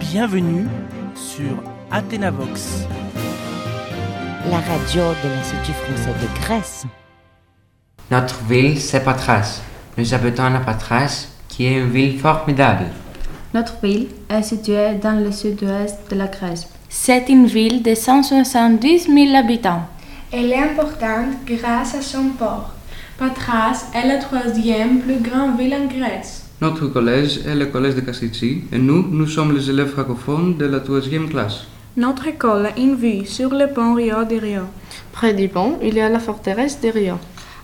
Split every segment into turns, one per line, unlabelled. Bienvenue sur Athénavox.
la radio de l'Institut français de Grèce.
Notre ville, c'est Patras. Nous habitons à Patras, qui est une ville formidable.
Notre ville est située dans le sud-ouest de la Grèce.
C'est une ville de 170 000 habitants.
Elle est importante grâce à son port.
Patras est la troisième plus grande ville en Grèce.
Notre collège est le collège de Castici et nous, nous sommes les élèves francophones de la troisième classe.
Notre école a une vue sur le pont Rio de Rio.
Près du pont, il y a la forteresse de Rio.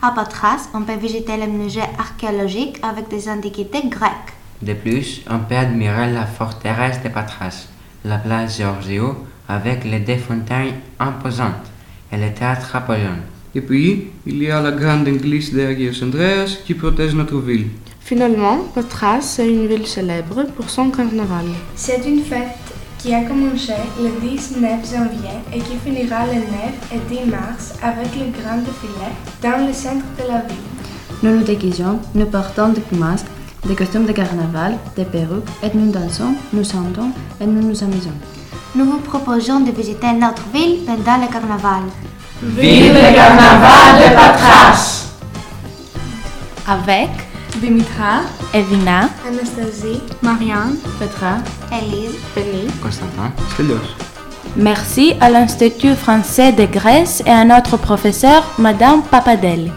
À Patras, on peut visiter les musées archéologiques avec des antiquités grecques.
De plus, on peut admirer la forteresse de Patras, la place Georgiou avec les deux montagnes imposantes et le théâtre Apollon.
Et puis, il y a la grande église de Agios Andreas qui protège notre ville.
Finalement, Patras est une ville célèbre pour son carnaval.
C'est une fête qui a commencé le 19 janvier et qui finira le 9 et 10 mars avec le grand défilé dans le centre de la ville.
Nous nous déguisons, nous portons des masques, des costumes de carnaval, des perruques, et nous dansons, nous chantons et nous nous amusons.
Nous vous proposons de visiter notre ville pendant le carnaval.
Vive le carnaval de Patras!
Avec
Dimitra,
Evina,
Anastasie,
Marianne,
Petra,
Elise,
Penny,
Constantin,
Στέλιος.
merci à l'Institut français de Grèce et à notre professeur, Madame Papadel.